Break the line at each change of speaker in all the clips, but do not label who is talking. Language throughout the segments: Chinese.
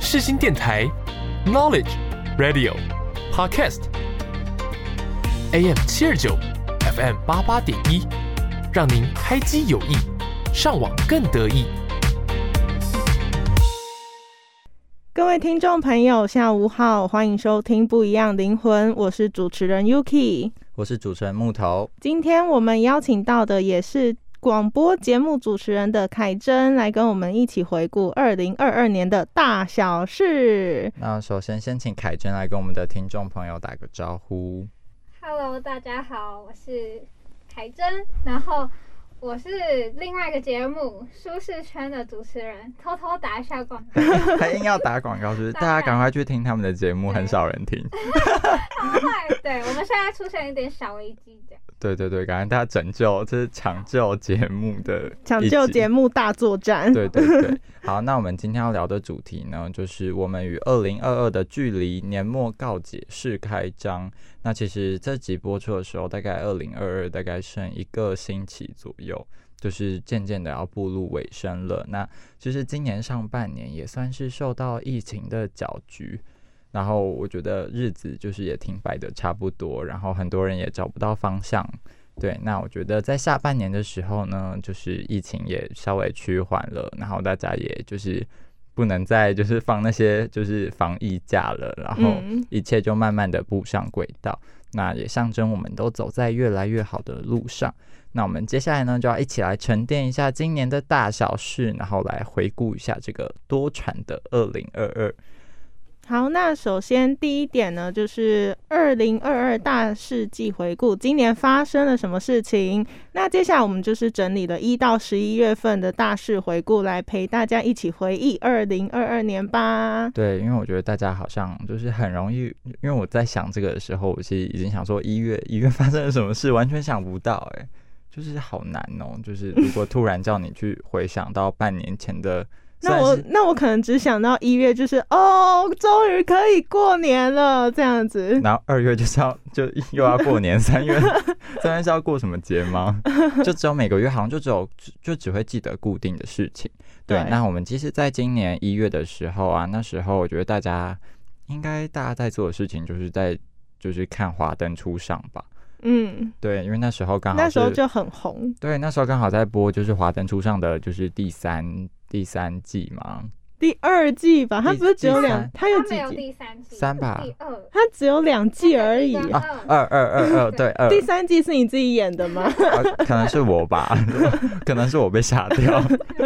世新电台 Knowledge Radio Podcast，AM 七二九，FM 八八点一，让您开机有意，上网更得意。
各位听众朋友，下午好，欢迎收听《不一样灵魂》，我是主持人 Yuki。
我是主持人木头。
今天我们邀请到的也是广播节目主持人的凯珍，来跟我们一起回顾二零二二年的大小事。
那首先先请凯珍来跟我们的听众朋友打个招呼。
Hello，大家好，我是凯珍，然后我是另外一个节目舒适圈的主持人，偷偷打一下广告。
还硬要打广告，是不是？大
当然
家赶快去听他们的节目，
对
很少人听。
快，对我们现在出现一点小危机，这样
对对对，感觉大家拯救，这是抢救节目的
抢救节
目。
目大作战，
对对对，好，那我们今天要聊的主题呢，就是我们与二零二二的距离年末告解式开张。那其实这集播出的时候，大概二零二二大概剩一个星期左右，就是渐渐的要步入尾声了。那其实今年上半年也算是受到疫情的搅局。然后我觉得日子就是也停摆的差不多，然后很多人也找不到方向，对，那我觉得在下半年的时候呢，就是疫情也稍微趋缓了，然后大家也就是不能再就是放那些就是防疫假了，然后
嗯
一切就慢慢的步上轨道。那也象征我们都走在越来越好的路上。那我们接下来呢，就要一起来沉淀一下今年的大小事，然后来回顾一下这个多舛的二零二二。
好，那首先第一点呢，就是二零二二大事记回顾，今年发生了什么事情？那接下来我们就是整理了一到十一月份的大事回顾，来陪大家一起回忆二零二二年吧。
对，因为我觉得大家好像就是很容易，因为我在想这个的时候，我其实已经想说一月 一月发生了什么事，完全想不到、欸，哎，就是好难哦、就是如果突然叫你去回想到半年前的，
那
虽然
我
是
那我可能只想到一月，就是哦，终于可以过年了这样子。
然后二月就是要就又要过年，三月 三月是要过什么节 吗？就只有每个月好像就只有就就只会记得固定的事情。对，
对
那我们其实在今年一月的时候啊，那时候我觉得大家应该大家在做的事情就是在就是看华灯初上吧。
嗯，
对，因为那时候刚好
那时候
是
就很红。
对，那时候刚好在播就是华灯初上的就是第三第三季嘛，
第二季吧，它
第
不是只有
第
两
三，
它有
他没
几
有
季？
第三季，
三吧
第二，
它只有两季而已。
第
啊
二，
二二二二对 二，
第三季是你自己演的吗？
啊可能是我吧， 可能是我被吓掉。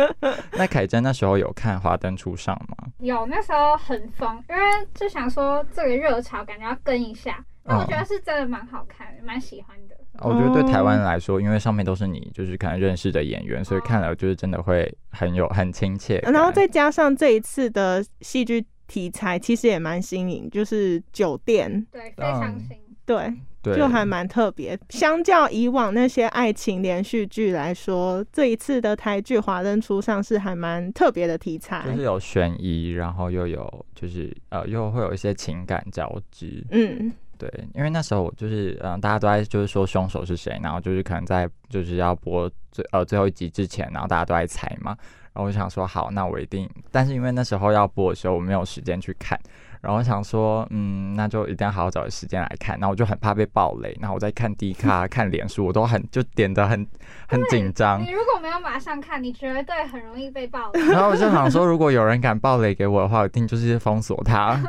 那凯珍那时候有看华灯初上吗？
有那时候很疯，因为就想说这个热潮感觉要跟一下，那我觉得是真的蛮好看的，蛮喜欢的。
啊我觉得对台湾人来说，因为上面都是你就是可能认识的演员，所以看了就是真的会很有很亲切
哦
感。
然后再加上这一次的戏剧题材，其实也蛮新颖，就是酒店，
对，非常
嗯
新。
对，
对
就还蛮特别。相较以往那些爱情连续剧来说，这一次的台剧《华灯初上》是还蛮特别的题材。
就是有悬疑，然后又有就是呃又会有一些情感交织。
嗯，
对，因为那时候我就是嗯、呃大家都在就是说凶手是谁，然后就是可能在就是要播最呃最后一集之前，然后大家都在猜嘛。然后我想说好，那我一定，但是因为那时候要播的时候我没有时间去看，然后我想说嗯，那就一定要好好找时间来看。那我就很怕被暴雷，然后我在看 D 卡、啊看脸书，我都很就点的很很紧 张
你。如果没有马上看，你绝对很容易被爆雷。
然后我就想说，如果有人敢暴雷给我的话，我一定就是封锁他。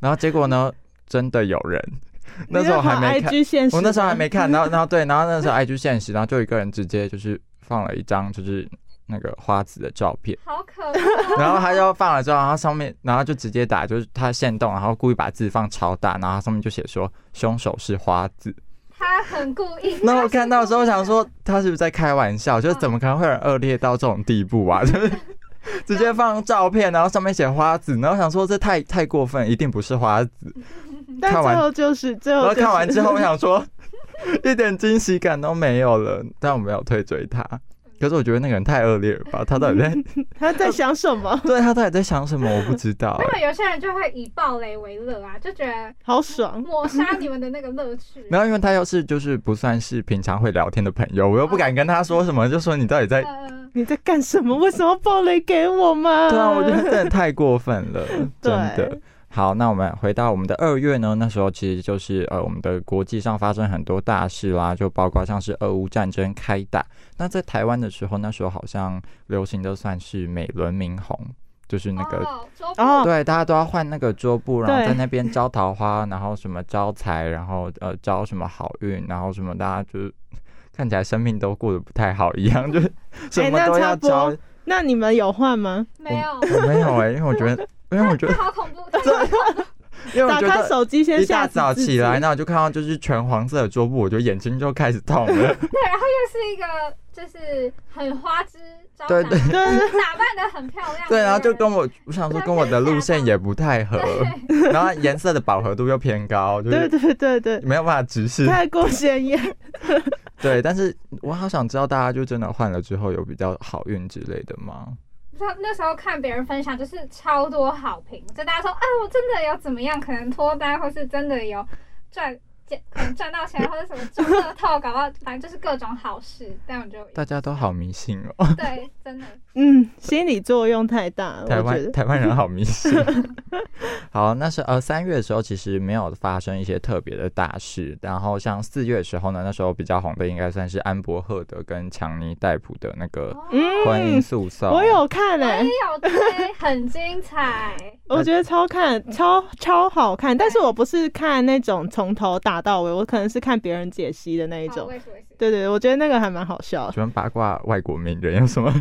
然后结果呢，真的有人，那时候我还没
你那时候
看。
IG 现实，
我那时候还没看，然后然后对，然后那时候 IG 现实，然后就有一个人直接就是放了一张就是那个花子的照片，
好可怕！
然后他就放了之后，然后上面然后就直接打就是他限动，然后故意把字放超大，然后他上面就写说凶手是花子。
他很故 意。
那我看到的时候想说他是不是在开玩笑，就是怎么可能会有人恶劣到这种地步啊？ 就是。直接放照片，然后上面写花子，然后想说这太太过分，一定不是花子。
但最
看完
后就是最
然
后、
后
就是、
看完之后，我想说一点惊喜感都没有了，但我没有退追他。可是我觉得那个人太恶劣了吧？他到底在
他在想什么？
对他到底在想什么？我不知道、
那么
欸。
有些人就会以暴雷为乐啊，就觉得
好
嗯
爽，
抹杀你们的那个乐趣。
然后因为他又是就是不算是平常会聊天的朋友，我又不敢跟他说什么，就说你到底在
呃，
你在干什么？为什么爆雷给我们？
对啊，我觉 得真的太过分了，真的
对。
好，那我们回到我们的二月呢，那时候其实就是呃，我们的国际上发生很多大事啦，就包括像是俄乌战争开打。那在台湾的时候，那时候好像流行的算是美轮明宏，就是那个、啊
哦，桌布
哦，
对，大家都要换那个桌布，然后
对
在那边招桃花，然后什么招财，然后呃招什么好运，然后什么大家就是看起来生命都过得不太好一样，就是什么
哎那
都
插
要
播
招。
那你们有换吗？
没有，
我没有哎、因为我觉得，因为我 觉得，
好恐 怖，
因为我
打
觉
开
得
手机先
一
下
大
载
早
自
起来，
己
那我就看到就是全黄色的桌布，我就眼睛就开始痛了。
对，然后又是一个就是很花枝招
对
展，
对
对
打扮的很漂亮的人，
对，然后就跟我，呃我想说跟我的路线也不太合，然后颜色的饱和度又偏高，就
对对
是
对对，
没有办法直视。
太过显眼。
对，但是我好想知道大家就真的换了之后有比较好运之类的吗？
他那时候看别人分享，就是超多好评，就大家说，啊，我真的有怎么样，可能脱单，或是真的有赚捡，可能赚到钱，或者什么中乐透，搞到反正就是各种好事。但我就
大家都好迷信哦，
对，真的
嗯，心理作用太大，我
台
觉
湾
得。
台湾人好 迷信。好，那是呃三月的时候，其实没有发生一些特别的大事。然后像四月的时候呢，那时候比较红的应该算是安博赫德跟强尼戴普的那个
哦
婚姻
嗯，
诉讼。
我有看
我
嘞、
也有追，哎很精 彩。
我觉得超看超超好看，但是我不是看那种从头打到尾，我可能是看别人解析的那一
好
种
我。也是，我也是。
对对，对我觉得那个还蛮好笑的。
喜欢八卦外国名人有什么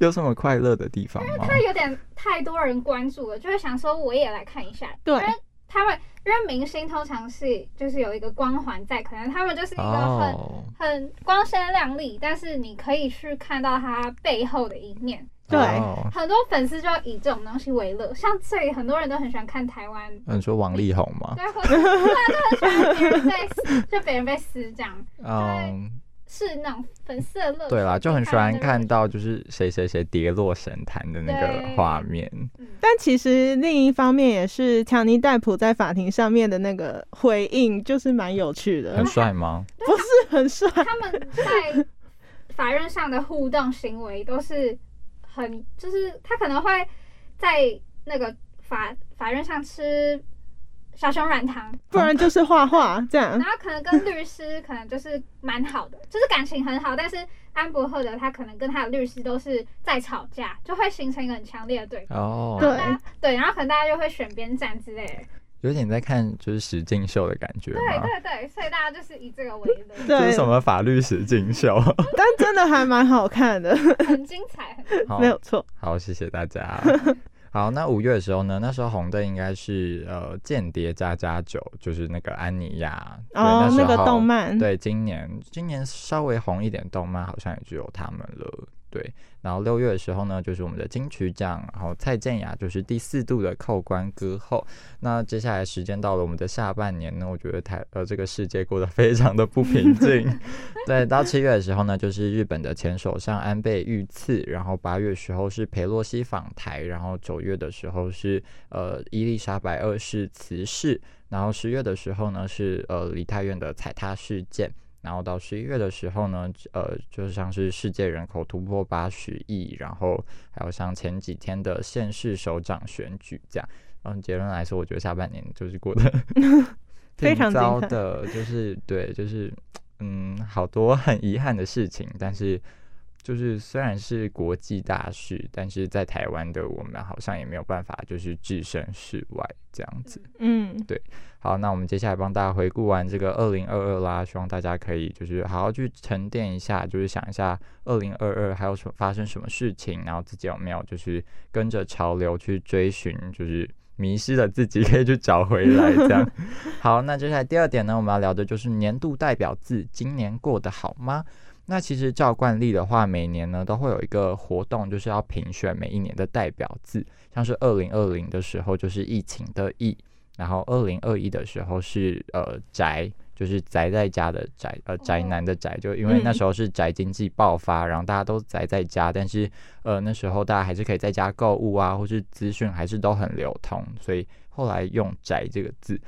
有什么快乐的地方吗？
他有点太多人关注了，就会想说我也来看一下。
对
因为他们因为明星通常是就是有一个光环在，可能他们就是一个很、
哦，
很光鲜亮丽，但是你可以去看到他背后的一面。
对
哦
很多粉丝就以这种东西为乐，像这里很多人都很喜欢看台湾，
你嗯说王力宏吗？
对，啊或者对啊，就很喜欢别人被撕，就别人被撕这样，
嗯，
是那种粉丝的乐趣。
对啦，就很喜欢看
台湾的乐趣。
到就是谁谁谁跌落神坛的那个
对
画面。
但其实另一方面也是强尼戴普在法庭上面的那个回应，就是蛮有趣的
很，帅吗？
不是很帅。
他们在法院上的互动行为都是很，就是他可能会在那个法法院上吃小熊软糖，
不然就是画画这样
然。后可能跟律师可能就是蛮好的，就是感情很好，但是安博赫德他可能跟他的律师都是在吵架，就会形成一个很强烈的对比。
哦，
对
大家对，然后可能大家就会选边站之类的。
有点在看就是实境秀的感觉
对
吗？
对对，所以大家就是以这个为乐，
这
对
是，什么法律实境秀？
但真的还蛮好看的，
很精彩。很精彩
好
没有错。
好，谢谢 大家。好，那五月的时候呢，那时候红的应该是呃《间谍加加酒》，就是那个安妮亚。对
哦，
那时
那
候
个动漫，
对，今年今年稍微红一点，动漫好像也只有他们了。对，然后六月的时候呢，就是我们的金曲奖，然后蔡健雅就是第四度的扣关歌后。那接下来时间到了我们的下半年呢，我觉得台呃这个世界过得非常的不平 静。对，到七月的时候呢，就是日本的前首相安倍遇刺，然后八月的时候是佩洛西访台，然后九月的时候是呃伊丽莎白二世辞世，然后十月的时候呢是呃梨泰院的踩踏事件。然后到十一月的时候呢，呃，就像是世界人口突破八十亿，然后还有像前几天的县市首长选举这样。嗯，结论来说，我觉得下半年就是过 得
非常
挺
精
糟
彩
的，就是对，就是嗯，好多很遗憾的事情，但是就是虽然是国际大事，但是在台湾的我们好像也没有办法就是置身事外这样子。
嗯，
好，那我们接下来帮大家回顾完这个二零二二啦，希望大家可以就是好好去沉淀一下，就是想一下二零二二还有什么发生什么事情，然后自己有没有就是跟着潮流去追寻，就是迷失的自己可以去找回来这样。好，那接下来第二点呢，我们要聊的就是年度代表字，今年过得好吗？那其实照惯例的话，每年呢都会有一个活动，就是要评选每一年的代表字，像是二零二零的时候就是疫情的疫，然后二零二一的时候是呃宅，就是宅在家的宅，呃宅男的宅，就因为那
嗯
时候是宅经济爆发，然后大家都宅在家，但是呃那时候大家还是可以在家购物啊，或是资讯还是都很流通，所以后来用宅这个字。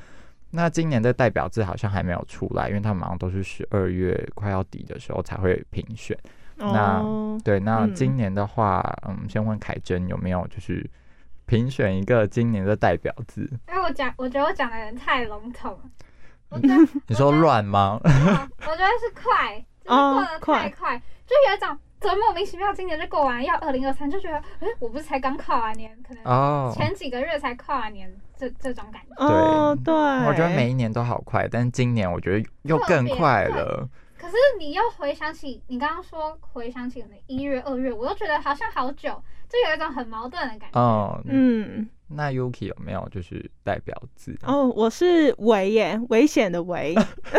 那今年的代表字好像还没有出来，因为他们好像都是十二月快要底的时候才会评选。那
哦，
对，那
嗯
今年的话，嗯，先问凯珍有没有就是评选一个今年的代表字？
因为哎我讲，我觉得我讲的人太笼统了。我觉得
你说乱吗？
我觉得是快，就是
哦
过得
快
太快，就有一种怎么莫名其妙今年就过完，要二零二三就觉得，哎、我不是才刚跨完年，可 能
哦，
前几个月才跨完年，这这种感觉。
哦，对，
我觉得每一年都好快，但今年我觉得又
特
更
别
快
快
了。
可是你又回想起你刚刚说回想起可能一月、二月，我都觉得好像好久，就有一种很矛盾的感觉。
嗯，
嗯，
那 Yuki 有没有就是代表字？
哦，我是危耶，危险的 啊危。
发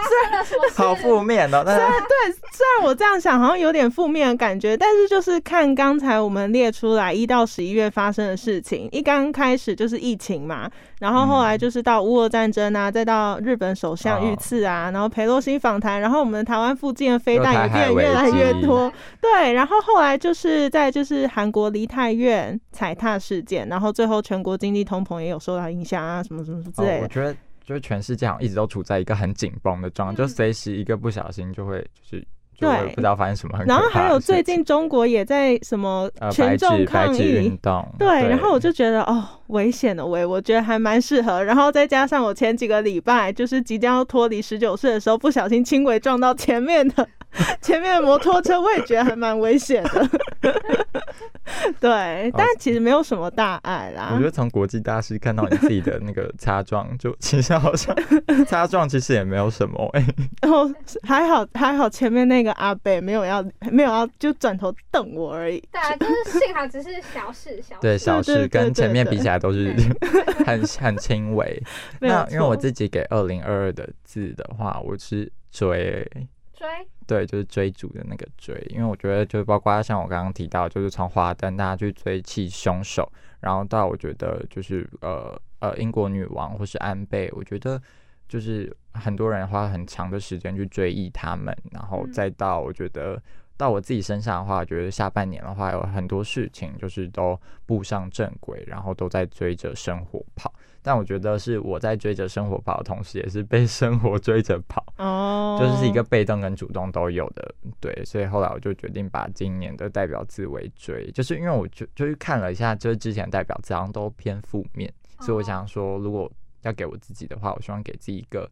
生 了什么事？
好负面哦， 但是
对，虽然我这样想好像有点负面的感觉，但是就是看刚才我们列出来一到十一月发生的事情，一刚开始就是疫情嘛，然后后
嗯
来就是到乌俄战争啊，再到日本首相
哦
遇刺啊，然后佩洛西访台，然后我们台湾附近的飞弹也变得越
哎
来越多，对，然后后来就是在就是韩国梨泰院踩踏事件，然后最后全国经济通膨也有受到影响啊，什么什么之
哦
类
我
的，
觉得就是全世界好像一直都处在一个很紧绷的状态，就
嗯
随时一个不小心就会就是就
对
会不知道发生什么很可
然
怕的
后
事情。
还有最近中国也在什么
呃白
群众
纸白
抗
纸
议
运。动，
对，然后我就觉得哦，危险的危，我觉得还蛮适合。然后再加上我前几个礼拜就是即将要脱离十九岁的时候，不小心轻轨撞到前面的 前面的摩托车，我也觉得还蛮危险的。 对，但其实没有什么大碍
哦我
啦
觉。得从国际大师看到你自己的那个擦撞，就其实好 像擦撞其实也没有什么、哎，
然后还好还好，前面那个阿北没有要没有要就转头瞪我而已。
对啊，就是幸好只是小事小事。
对，小事
对对
跟前面
对对
比起来都是很很轻微。
没有
那因为
错
我自己给二零二二的字的话，我是追，
追
对，就是追逐的那个追，因为我觉得就是包括像我刚刚提到，就是从华灯大家去追弃凶手，然后到我觉得就是呃呃英国女王或是安倍，我觉得就是很多人花很长的时间去追忆他们，然后
嗯
再到我觉得。到我自己身上的话，我觉得下半年的话有很多事情就是都步上正轨，然后都在追着生活跑。但我觉得是我在追着生活跑的同时，也是被生活追着跑。
哦，
就是一个被动跟主动都有的，对，所以后来我就决定把今年的代表字为追，就是因为我就就去看了一下，就是之前的代表字好像都偏负面，所以我
哦
想说，如果要给我自己的话，我希望给自己一个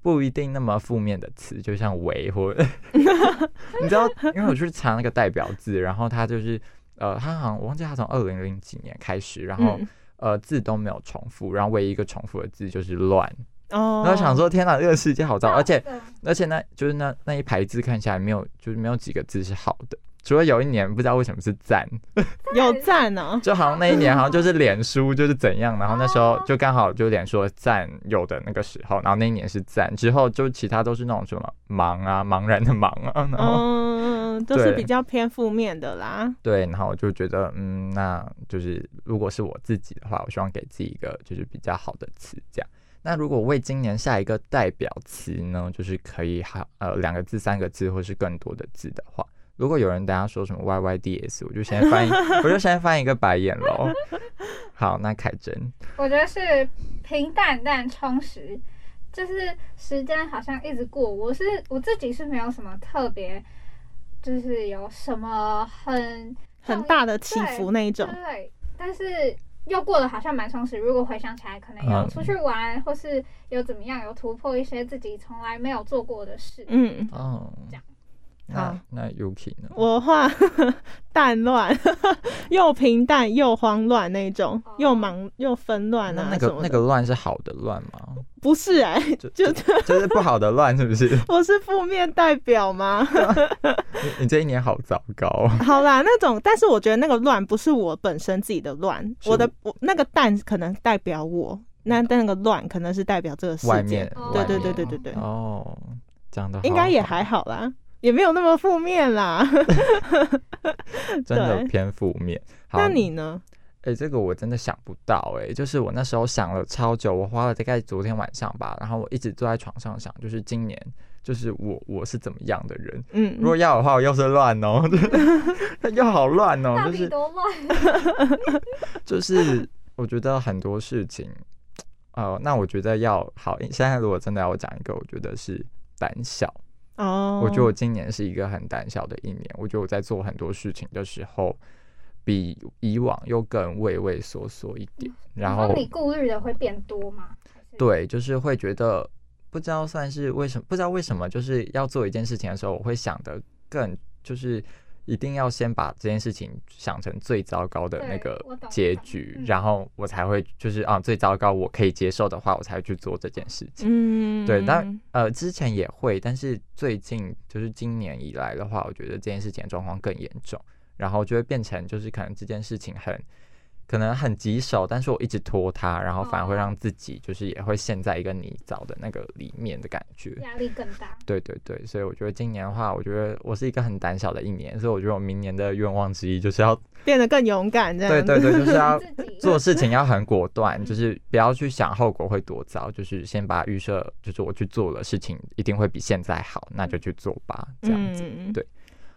不一定那么负面的词，就像 为或，你知道，因为我去查那个代表字，然后它就是呃，它好像我忘记它从二零零几年开始，然后、
嗯
呃字都没有重复，然后唯一一个重复的字就是乱，
哦，
然后想说天哪，这个世界好糟，而且。
嗯
而且那就是那那一排字看起来没有，就是没有几个字是好的。除了有一年不知道为什么是赞，
有赞啊呢、
就好像那一年好像就是脸书就是怎样，然后那时候就刚好就脸书的赞有的那个时候，然后那一年是赞，之后就其他都是那种什么忙啊、茫然的忙 啊，然后、
嗯，都是
对
比较偏负面的啦。
对，然后我就觉得嗯，那就是如果是我自己的话，我希望给自己一个就是比较好的词这样。那如果为今年下一个代表词呢，就是可以好呃两个字、三个字，或是更多的字的话，如果有人等下说什么 Y Y D S，我就先翻译，我就先翻一个白眼 喽。好，那凯珍，
我觉得是平淡但充实，就是时间好像一直过。我是我自己是没有什么特别，就是有什么很
很大的起伏那一种
对，对对，但是又过得好像蛮充实。如果回想起来，可能
嗯
有出去玩，或是有怎么样，有突破一些自己从来没有做过的事。
嗯，
哦
这样，
那
好
那 Yuki 呢？
我画 淡乱， 又平淡又慌乱那种
哦，
又忙又纷乱
那
啊
那
什
个
么
那
的。
个乱是好的乱吗？
不是哎、
就就
就
就是不好的乱是不是？
我是负面代表吗？
你你这一年好糟糕哦。
好啦，那种，但是我觉得那个乱不是我本身自己的乱，
是嗯
我的我那个淡可能代表我，那但那个乱可能是代表这 个世
外
界
面。
哦，
对
外
对对
面
对对对，
哦，讲的
应该也还好啦，也没有那么负面啦。
真的
对
偏负面。好
那你呢？
哎、这个我真的想不到哎、就是我那时候想了超久，我花了大概昨天晚上吧，然后我一直坐在床上想，就是今年就是我我是怎么样的 人。
嗯，
如果要的话，我又是乱哦， 又好乱哦，
到
就
底
是
多乱？
就是，我觉得很多事情，哦呃，那我觉得要好，现在如果真的要我讲一个，我觉得是胆小。
哦，
我觉得我今年是一个很胆小的一年，我觉得我在做很多事情的时候，比以往又更畏畏缩缩一点。然后
嗯你顾虑的会变多吗？还是，
对，就是会觉得不知道算是为什么，不知道为什么就是要做一件事情的时候，我会想的更就是一定要先把这件事情想成最糟糕的那
对
个
我懂
结
我懂
局，
嗯
然后我才会就是啊最糟糕我可以接受的话，我才会去做这件事情。
嗯，
对，但呃之前也会，但是最近就是今年以来的话，我觉得这件事情的状况更严重，然后就会变成就是可能这件事情很可能很棘手，但是我一直拖它，然后反而会
哦
让自己就是也会陷在一个泥沼的那个里面的感觉。
压力更大。
对对对，所以我觉得今年的话，我觉得我是一个很胆小的一年，所以我觉得我明年的愿望之一就是要，
变得更勇敢这样
对
子。
对对，就是要
自己
做事情要很果断，就是不要去想后果会多糟，就是先把预设，就是我去做了事情一定会比现在好，那就去做吧，这样子。
嗯
对。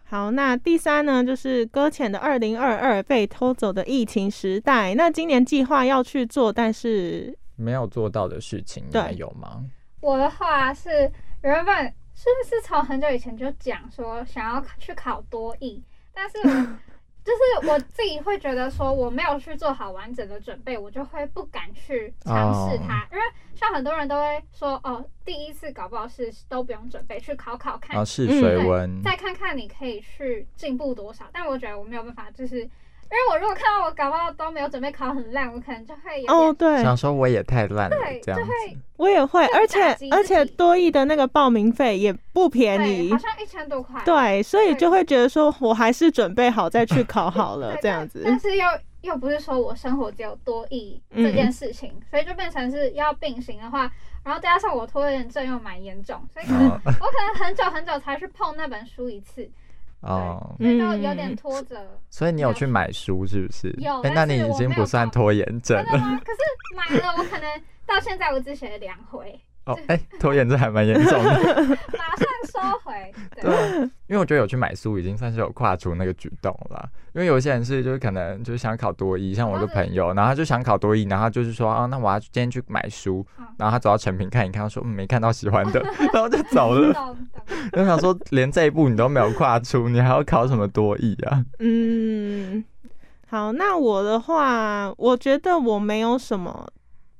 好，那第三呢，就是搁浅的二零二二被偷走的疫情时代。那今年计划要去做，但是
没有做到的事情，你
对
还有吗？
我的话是原本是不是从很久以前就讲说想要去考多艺，但是我就是我自己会觉得说我没有去做好完整的准备，我就会不敢去尝试它因为像很多人都会说哦，第一次搞不好是都不用准备，去考考看
然后，啊试
嗯
水
对
温，
再看看你可以去进步多少。但我觉得我没有办法，就是因为我如果看到我搞不好都没有准备考很烂，我可能就会有点
哦，对，
想说我也太烂了
对，，
这
就
样子。
会
我也会，
更
而且
打击自己
而且多益的那个报名费也不便
对，
宜
好，像一千多块，
对，所以
对
就会觉得说我还是准备好再 去考好了这
对但
样子。
但是又又不是说我生活只有多艺
嗯
这件事情，所以就变成是要并行的话，然后加上我拖延症又蛮严重，所以可能
哦
我可能很久很久才去碰那本书一次，
哦，
嗯
所以就有点拖着。
所以你有去买书是不是？
有
哎，那
但
你
是
已
我
经
没
不
有
算
报
拖延症
真的
了
吗？可是买了，我可能到现在我只写了两回，
哦，哎，拖延症还蛮严重的。
马上收回。对，
对啊，因为我觉得有去买书已经算是有跨出那个举动了。因为有些人是就是可能就是想考多一，像
哦
我一个朋友，然后他就想考多一，然后他就是说啊，那我要今天去买书
嗯，
然后他走到成品看一看，他说、嗯、没看到喜欢 的，然后就走了。
懂懂。
就想说连这一步你都没有跨出，你还要考什么多一 啊？
嗯，好，那我的话，我觉得我没有什么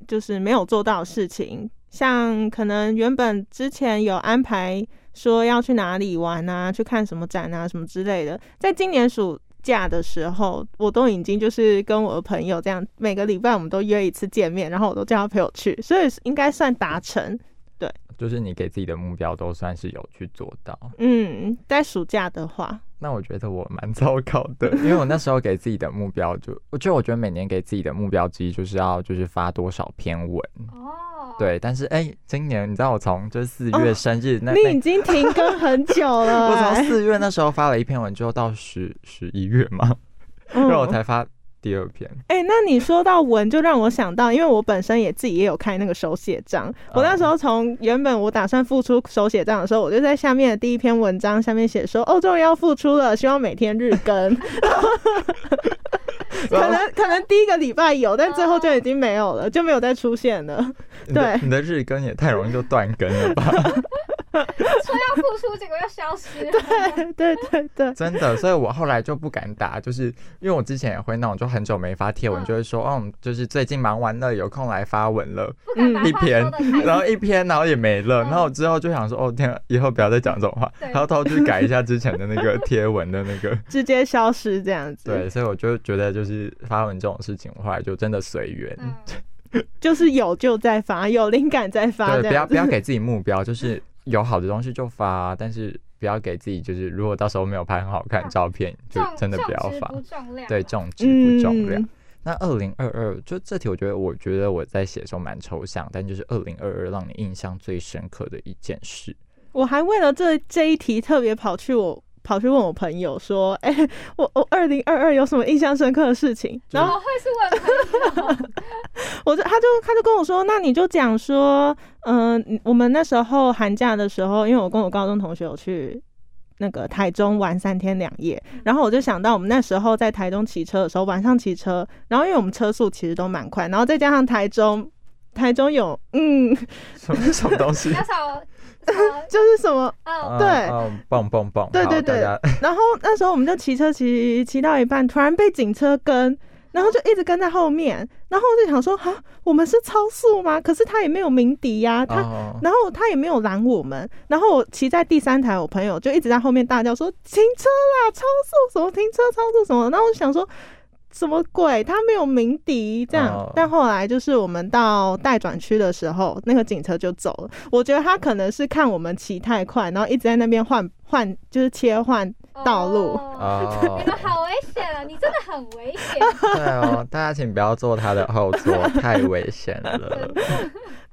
就是没有做到的事情，像可能原本之前有安排说要去哪里玩啊，去看什么展啊，什么之类的，在今年暑。假的时候，我都已经就是跟我的朋友这样，每个礼拜我们都约一次见面，然后我都叫他陪我去，所以应该算达成。
就是你给自己的目标都算是有去做到。
嗯，在暑假的话，
那我觉得我蛮糟糕的，因为我那时候给自己的目标就，我就我觉得每年给自己的目标之一就是要就是发多少篇文，
哦，，
对，但是哎、今年你知道我从就是四月
哦
生日那、
你
那
已经停更很久 了、
我从
哎
四月那时候发了一篇文，之后到十十一月嘛，
嗯
然后我才发第二篇。
哎、那你说到文，就让我想到，因为我本身也自己也有开那个手写账。我那时
哦
候从原本我打算付出手写账的时候，我就在下面的第一篇文章下面写说：“哦，终于要付出了，希望每天日 更。”可能
哦
可能第一个礼拜有，但最后就已经没有了，就没有再出现了。
你的
对
你的日更也太容易就断更了吧？
说要付出，结果又消失了。
对对对对，
真的，所以我后来就不敢打，就是因为我之前也会那种就很久没发贴文，
嗯
就会说哦，就是最近忙完了，有空来发文了，
不
嗯
敢把
一
话
篇
啊说的太，
然后一篇，然后也没了，
嗯
然后我之后就想说哦天啊，以后不要再讲这种话，
对
然后偷偷去改一下之前的那个贴文的那个。
直接消失这样子。
对，，所以我就觉得就是发文这种事情，我后来就真的随缘。
嗯，
就是有就再发，有灵感再发
对，
这
不要
样
不
子。
要给自己目 标，就是有好的东西就发，但是不要给自己就是，如果到时候没有拍很好看的
嗯
照片， 就
重
真的不要
重质
发
不。重量，
对，重质不重量。
嗯，
那二零二二，就这题，我觉得我觉得我在写的时候蛮抽象，但就是二零二二让你印象最深刻的一件事。
我还为了这这一题特别跑去我跑去问我朋友说，哎、 我我二零二二有什么印象深刻的事情？
就
然
怎
后
么会是问朋友？
我就他就他就跟我说，那你就讲说，嗯、我们那时候寒假的时候，因为我跟我高中同学有去。那个台中玩三天两夜，然后我就想到我们那时候在台中骑车的时候，晚上骑车，然后因为我们车速其实都蛮快，然后再加上台中，台中有嗯，
什么什么东西
那？时候呃
就是什么，
呃，
对
嗯，蹦蹦蹦，
对
好
对对
大家
然后那时候我们就骑车骑骑到一半，突然被警车跟，然后就一直跟在后面，然后我就想说啊，我们是超速吗？可是他也没有鸣笛呀、他。
哦
然后他也没有拦我们，然后我骑在第三台，我朋友就一直在后面大叫说停车啦，超速什么停车超速什么，然后我就想说什么鬼，他没有鸣笛这样，
哦
但后来就是我们到待转区的时候，那个警车就走了，我觉得他可能是看我们骑太快，然后一直在那边换换就是切换道路，
哦
哦
你，们好危险啊！你真的很危险，
对哦，大家请不要坐他的后座，太危险 了。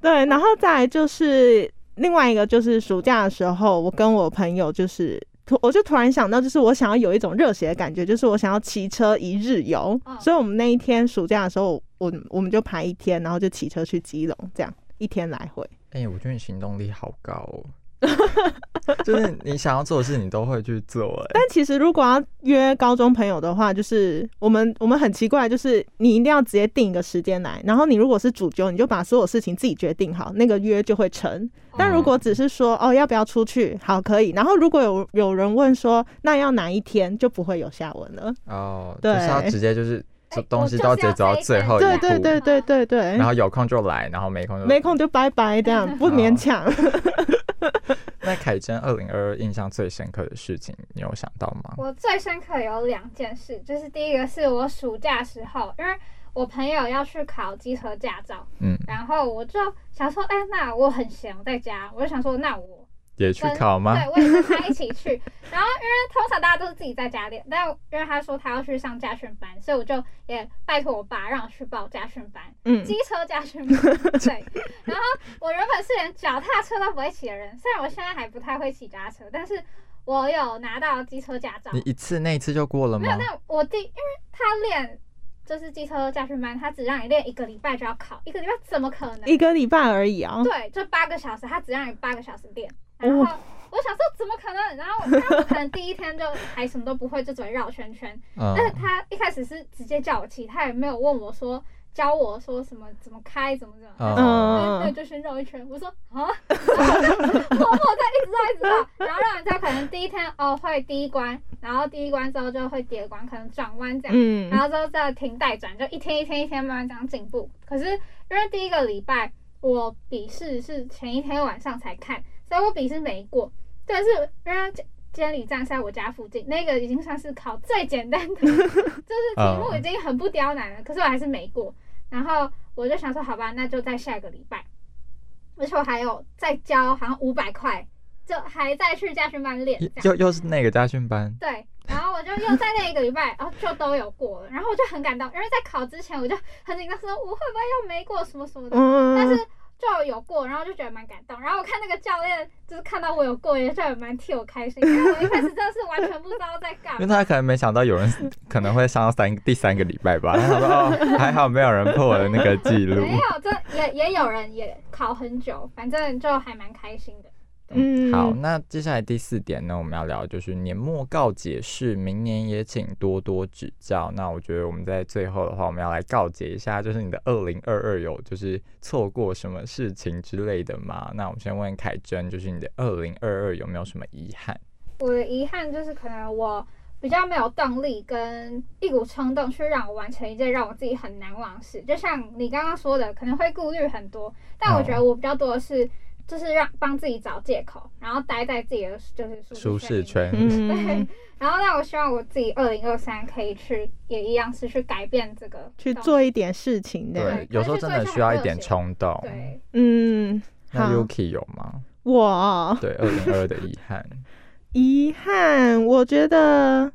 对，然后再来就是另外一个，就是暑假的时候，我跟我朋友就是突，我就突然想到，就是我想要有一种热血的感觉，就是我想要骑车一日游。
嗯
所以我们那一天暑假的时候，我我们就排一天，然后就骑车去基隆，这样一天来回。
哎、我觉得你行动力好高哦，就是你想要做的事，你都会去做、哎，
但其实如果要约高中朋友的话，就是我们我们很奇怪，就是你一定要直接定一个时间来，然后你如果是主揪，你就把所有事情自己决定好，那个约就会成。 但如果只是说哦要不要出去，好可以。然后如果有有人问说那要哪一天，就不会有下文了。
哦，就是要
对
直接就是这
哎
东西都要直接走到最后一
对
步，
对对对对对
哦然，后嗯有空就来，然后没空就
没。空就拜拜，这样不勉强。
那凯珍二零二二印象最深刻的事情，你有想到吗？
哦我最深刻有两件事，就是第一个是我暑假时候，因为我朋友要去考机车驾照，
嗯，
然后我就想说，哎、那我很闲，我在家，我就想说，那我
也去考吗？
对，我也跟他一起去。然后因为通常大家都是自己在家练，但因为他说他要去上驾训班，所以我就也拜托我爸让我去报驾训班，
嗯，
机车驾训班。 对，然后我原本是连脚踏车都不会骑的人，虽然我现在还不太会骑脚踏车，但是我有拿到机车驾照
你。一次那一次就过了
没
吗？
有，但我第因为他练就是机车驾训班，他只让你练一个礼拜就要考，一个礼拜怎么可能？
一个礼拜而已啊、
对，就八个小时，他只让你八个小时练。
哦
然后我想说怎么可能？然后他不可能第一天就还什么都不会，就只会绕圈圈。
嗯
但是他一开始是直接叫我骑，他也没有问我说教我说什么怎么开怎么怎么。他说
嗯
那那就先绕一圈，我说啊， 然后我就默默在一直绕一直绕，然后让人家可能第一天哦会第一关，然后第一关之后就会第二关，可能转弯这样，
嗯
然后之后再停待转，就一天一天一天慢慢这样进步。可是因为第一个礼拜我笔试是前一天晚上才看，所以我笔试没过。但是因为监理站是在我家附近，那个已经算是考最简单的， 就是题
哦
目已经很不刁难了，可是我还是没过。然后我就想说，好吧，那就在下个礼拜。而且我还有再交好像五百块，就还在去家训班练这
又
样。
又又是那个家训班，
对，然后我就又在那一个礼拜，然后就都有过了，然后我就很感动，因为在考之前我就很紧张，说我会不会又没过什么什么的，但
嗯
是，就有过，然后就觉得蛮感动。然后我看那个教练，就是看到我有过，也就也蛮替我开心，因为我一开始真的是完全不知道在干
因为
嘛。
他可能没想到有人可能会上到三第三个礼拜吧，他说哦，还好没有人破我的那个记录。
哎
没有，这也也有人也考很久，反正就还蛮开心的。
嗯
好，那接下来第四点呢，我们要聊的就是年末告解释，明年也请多多指教。那我觉得我们在最后的话，我们要来告解一下，就是你的二零二二有就是错过什么事情之类的吗？那我们先问凯珍，就是你的二零二二有没有什么遗憾？
我的遗憾就是，可能我比较没有动力跟一股冲动去让我完成一件让我自己很难忘的事。就像你刚刚说的，可能会顾虑很多，但我觉
嗯
得我比较多的是，就是让帮自己找借口，然后待在自己的就是
舒
适
适
里
圈，
嗯，
然后，那我希望我自己二零二三可以去，也一样是去改变这个，
去。做一点事情的，
对，有时候真的需要一点冲动。
对，
嗯，好
那 Yuki 有吗？
我哦
对，二零二二的遗 憾，
遗憾，我觉得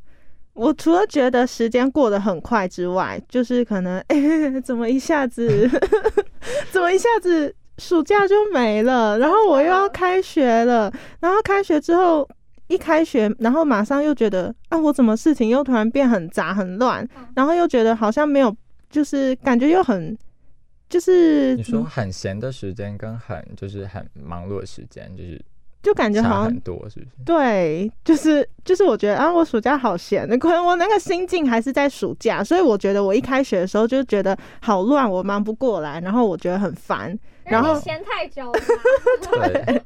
我除了觉得时间过得很快之外，就是可能， 哎，怎么一下子， 怎么一下子暑假就没了，然后我又要开学了，然后开学之后。一开学，然后马上又觉得啊，我怎么事情又突然变很杂很乱
嗯，
然后又觉得好像没有，就是感觉又很，就是
你
嗯
说很闲的时间跟很就是很忙碌的时间，就是
就感觉好
差
像
很多，是不是？
对，就是就是，我觉得啊，我暑假好闲，可能我那个心境还是在暑假，所以我觉得我一开学的时候就觉得好乱，我忙不过来，然后我觉得很烦，然
因为
后
你闲太久了嘛，
对，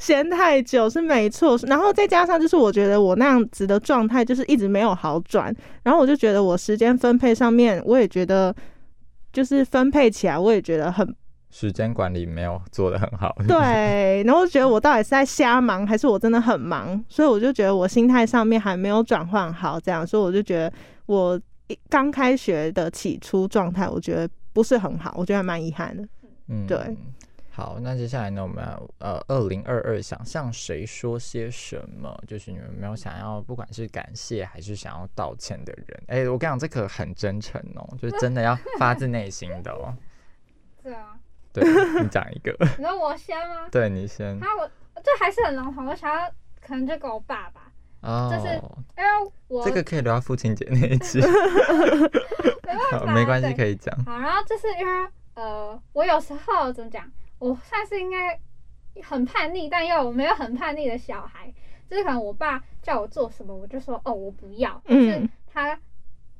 闲太久是没错，然后再加上就是我觉得我那样子的状态就是一直没有好转，然后我就觉得我时间分配上面我也觉得就是分配起来我也觉得很
时间管理没有做得很好。
对，然后我就觉得我到底是在瞎忙，还是我真的很忙？所以我就觉得我心态上面还没有转换好，这样，所以我就觉得我一刚开学的起初状态，我觉得不是很好，我觉得还蛮遗憾的。
嗯，
对。
好，那接下来呢，我们要呃，二零二二想向谁说些什么？就是你们有没有想要，不管是感谢还是想要道歉的人？哎、我跟你讲，这个很真诚哦，就是真的要发自内心的哦。
对啊，
对你讲一个，
你说我先吗？
对你先
他我这还是很笼统，我想要可能就给我爸爸，是
哦。
因为我
这个可以留到父亲节那一 集，
没办
好，
法，
没关系，
对
可以讲。
好，然后就是因为呃，我有时候怎么讲，我算是应该很叛逆，但又没有很叛逆的小孩，就是可能我爸叫我做什么，我就说哦我不要，
嗯
就是他，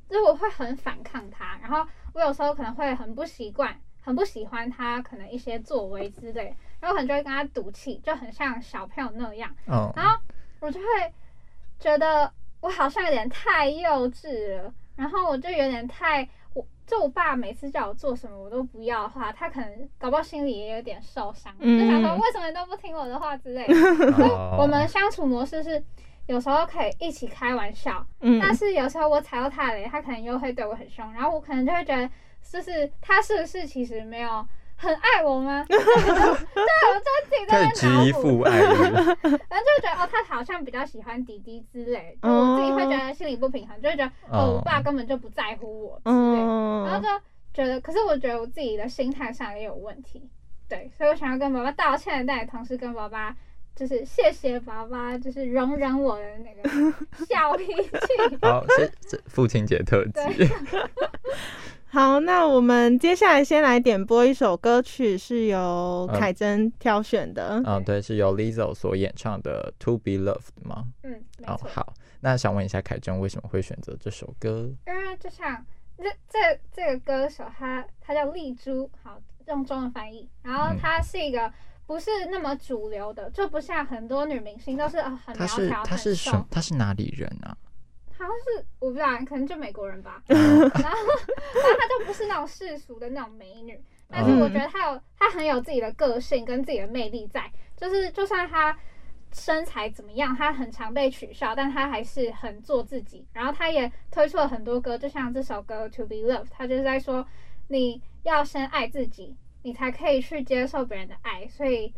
就是我会很反抗他，然后我有时候可能会很不习惯，很不喜欢他可能一些作为之类的，然后我可能就会跟他赌气，就很像小朋友那样，
嗯，
然后我就会觉得我好像有点太幼稚了，然后我就有点太我就我爸每次叫我做什么我都不要的话，他可能搞不好心里也有点受伤，就想说
嗯
为什么你都不听我的话之类 的。我们相处模式是有时候可以一起开玩笑，
嗯
但是有时候我踩到他的雷，他可能又会对我很凶，然后我可能就会觉得，就是他是不是其实没有很爱我 吗？对，我就自己在
开
那
始质
边
疑
脑
父
补，
爱 了，
然后就会觉得哦，他好像比较喜欢弟弟之类，就我自己会觉得心里不平衡，就会觉得哦，我爸根本就不在乎我之类，然后
嗯
就觉得，可是我觉得我自己的心态上也有问题，对，所以我想要跟爸爸道歉，但也同时跟爸爸就是谢谢爸爸，就是容忍我的那个小脾气。
好，这这父亲节特辑
对，
好，那我们接下来先来点播一首歌曲，是由
嗯
凯珍挑选的。
嗯，对，是由 Lizzo 所演唱的《To Be Loved》吗？
嗯，没
哦，
错，
好，那想问一下凯珍为什么会选择这首歌？
因为就像这这这个歌手他他叫丽珠，好用中文翻译，然后
嗯
他是一个。不是那么主流的，就不像很多女明星都是、哦、很
他
苗
是
条、
他是
很
什
瘦
么他是哪里人啊？
好像是我不知道，可能就美国人吧。
哦
然后， 然后她就不是那种世俗的那种美女，但是我觉得她有，她很有自己的个性跟自己的魅力在，就是就算她身材怎么样，她很常被取笑，但她还是很做自己。然后她也推出了很多歌，就像这首歌《To Be Loved》，她就是在说你要先爱自己，你才可以去接受别人的爱，所以。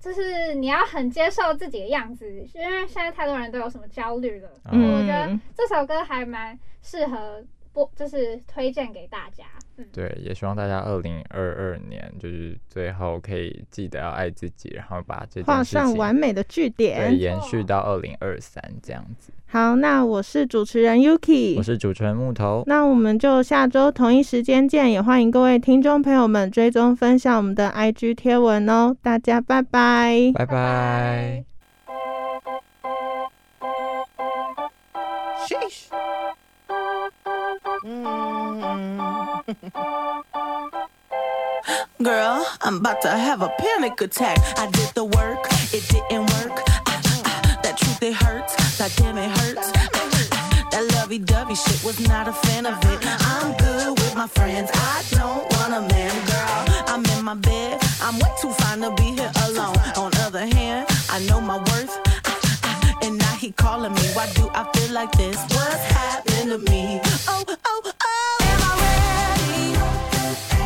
就是你要很接受自己的样子，因为现在太多人都有什么焦虑了，我
嗯
觉得这首歌还蛮适合播，就是推荐给大家。嗯，
对，也希望大家二零二二年就是最后可以记得要爱自己，然后把这
画
件事
上完
情
美的句
对
点。
延续到二零二三这样子。
好，那我是主持人 Yuki，
我是主持人木头，
那我们就下周同一时间见，也欢迎各位听众朋友们追踪分享我们的 IG 贴文哦，大家拜拜。
拜拜。
Sheesh. Mm. Girl, I'm about to have a panic attack. I did the work, it didn't work. Ah, ah, that truth, it hurts. That damn, it hurts. Ah, ah, that lovey dovey shit was not a fan of it. I'm good with my friends. I don't want a man, girl. I'm in my bed. I'm way too fine to be here alone. On other hand, I know my worth. Ah, ah, and now he calling me. Why do I feel like this? What's happening to me? Oh, oh, oh. Am I ready?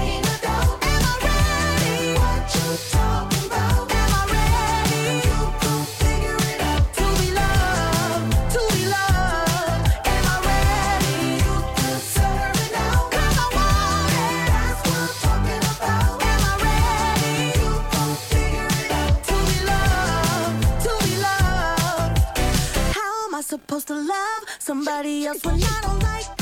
Ain't a doubt. Am I ready? What you talking about? Am I ready? You gon' figure it out. To be loved, to be loved. Am I ready? You deserve it now. 'Cause I want it. That's what I'm talking about. Am I ready? You gon' figure it out. To be loved, to be loved. How am I supposed to love somebody else when I don't like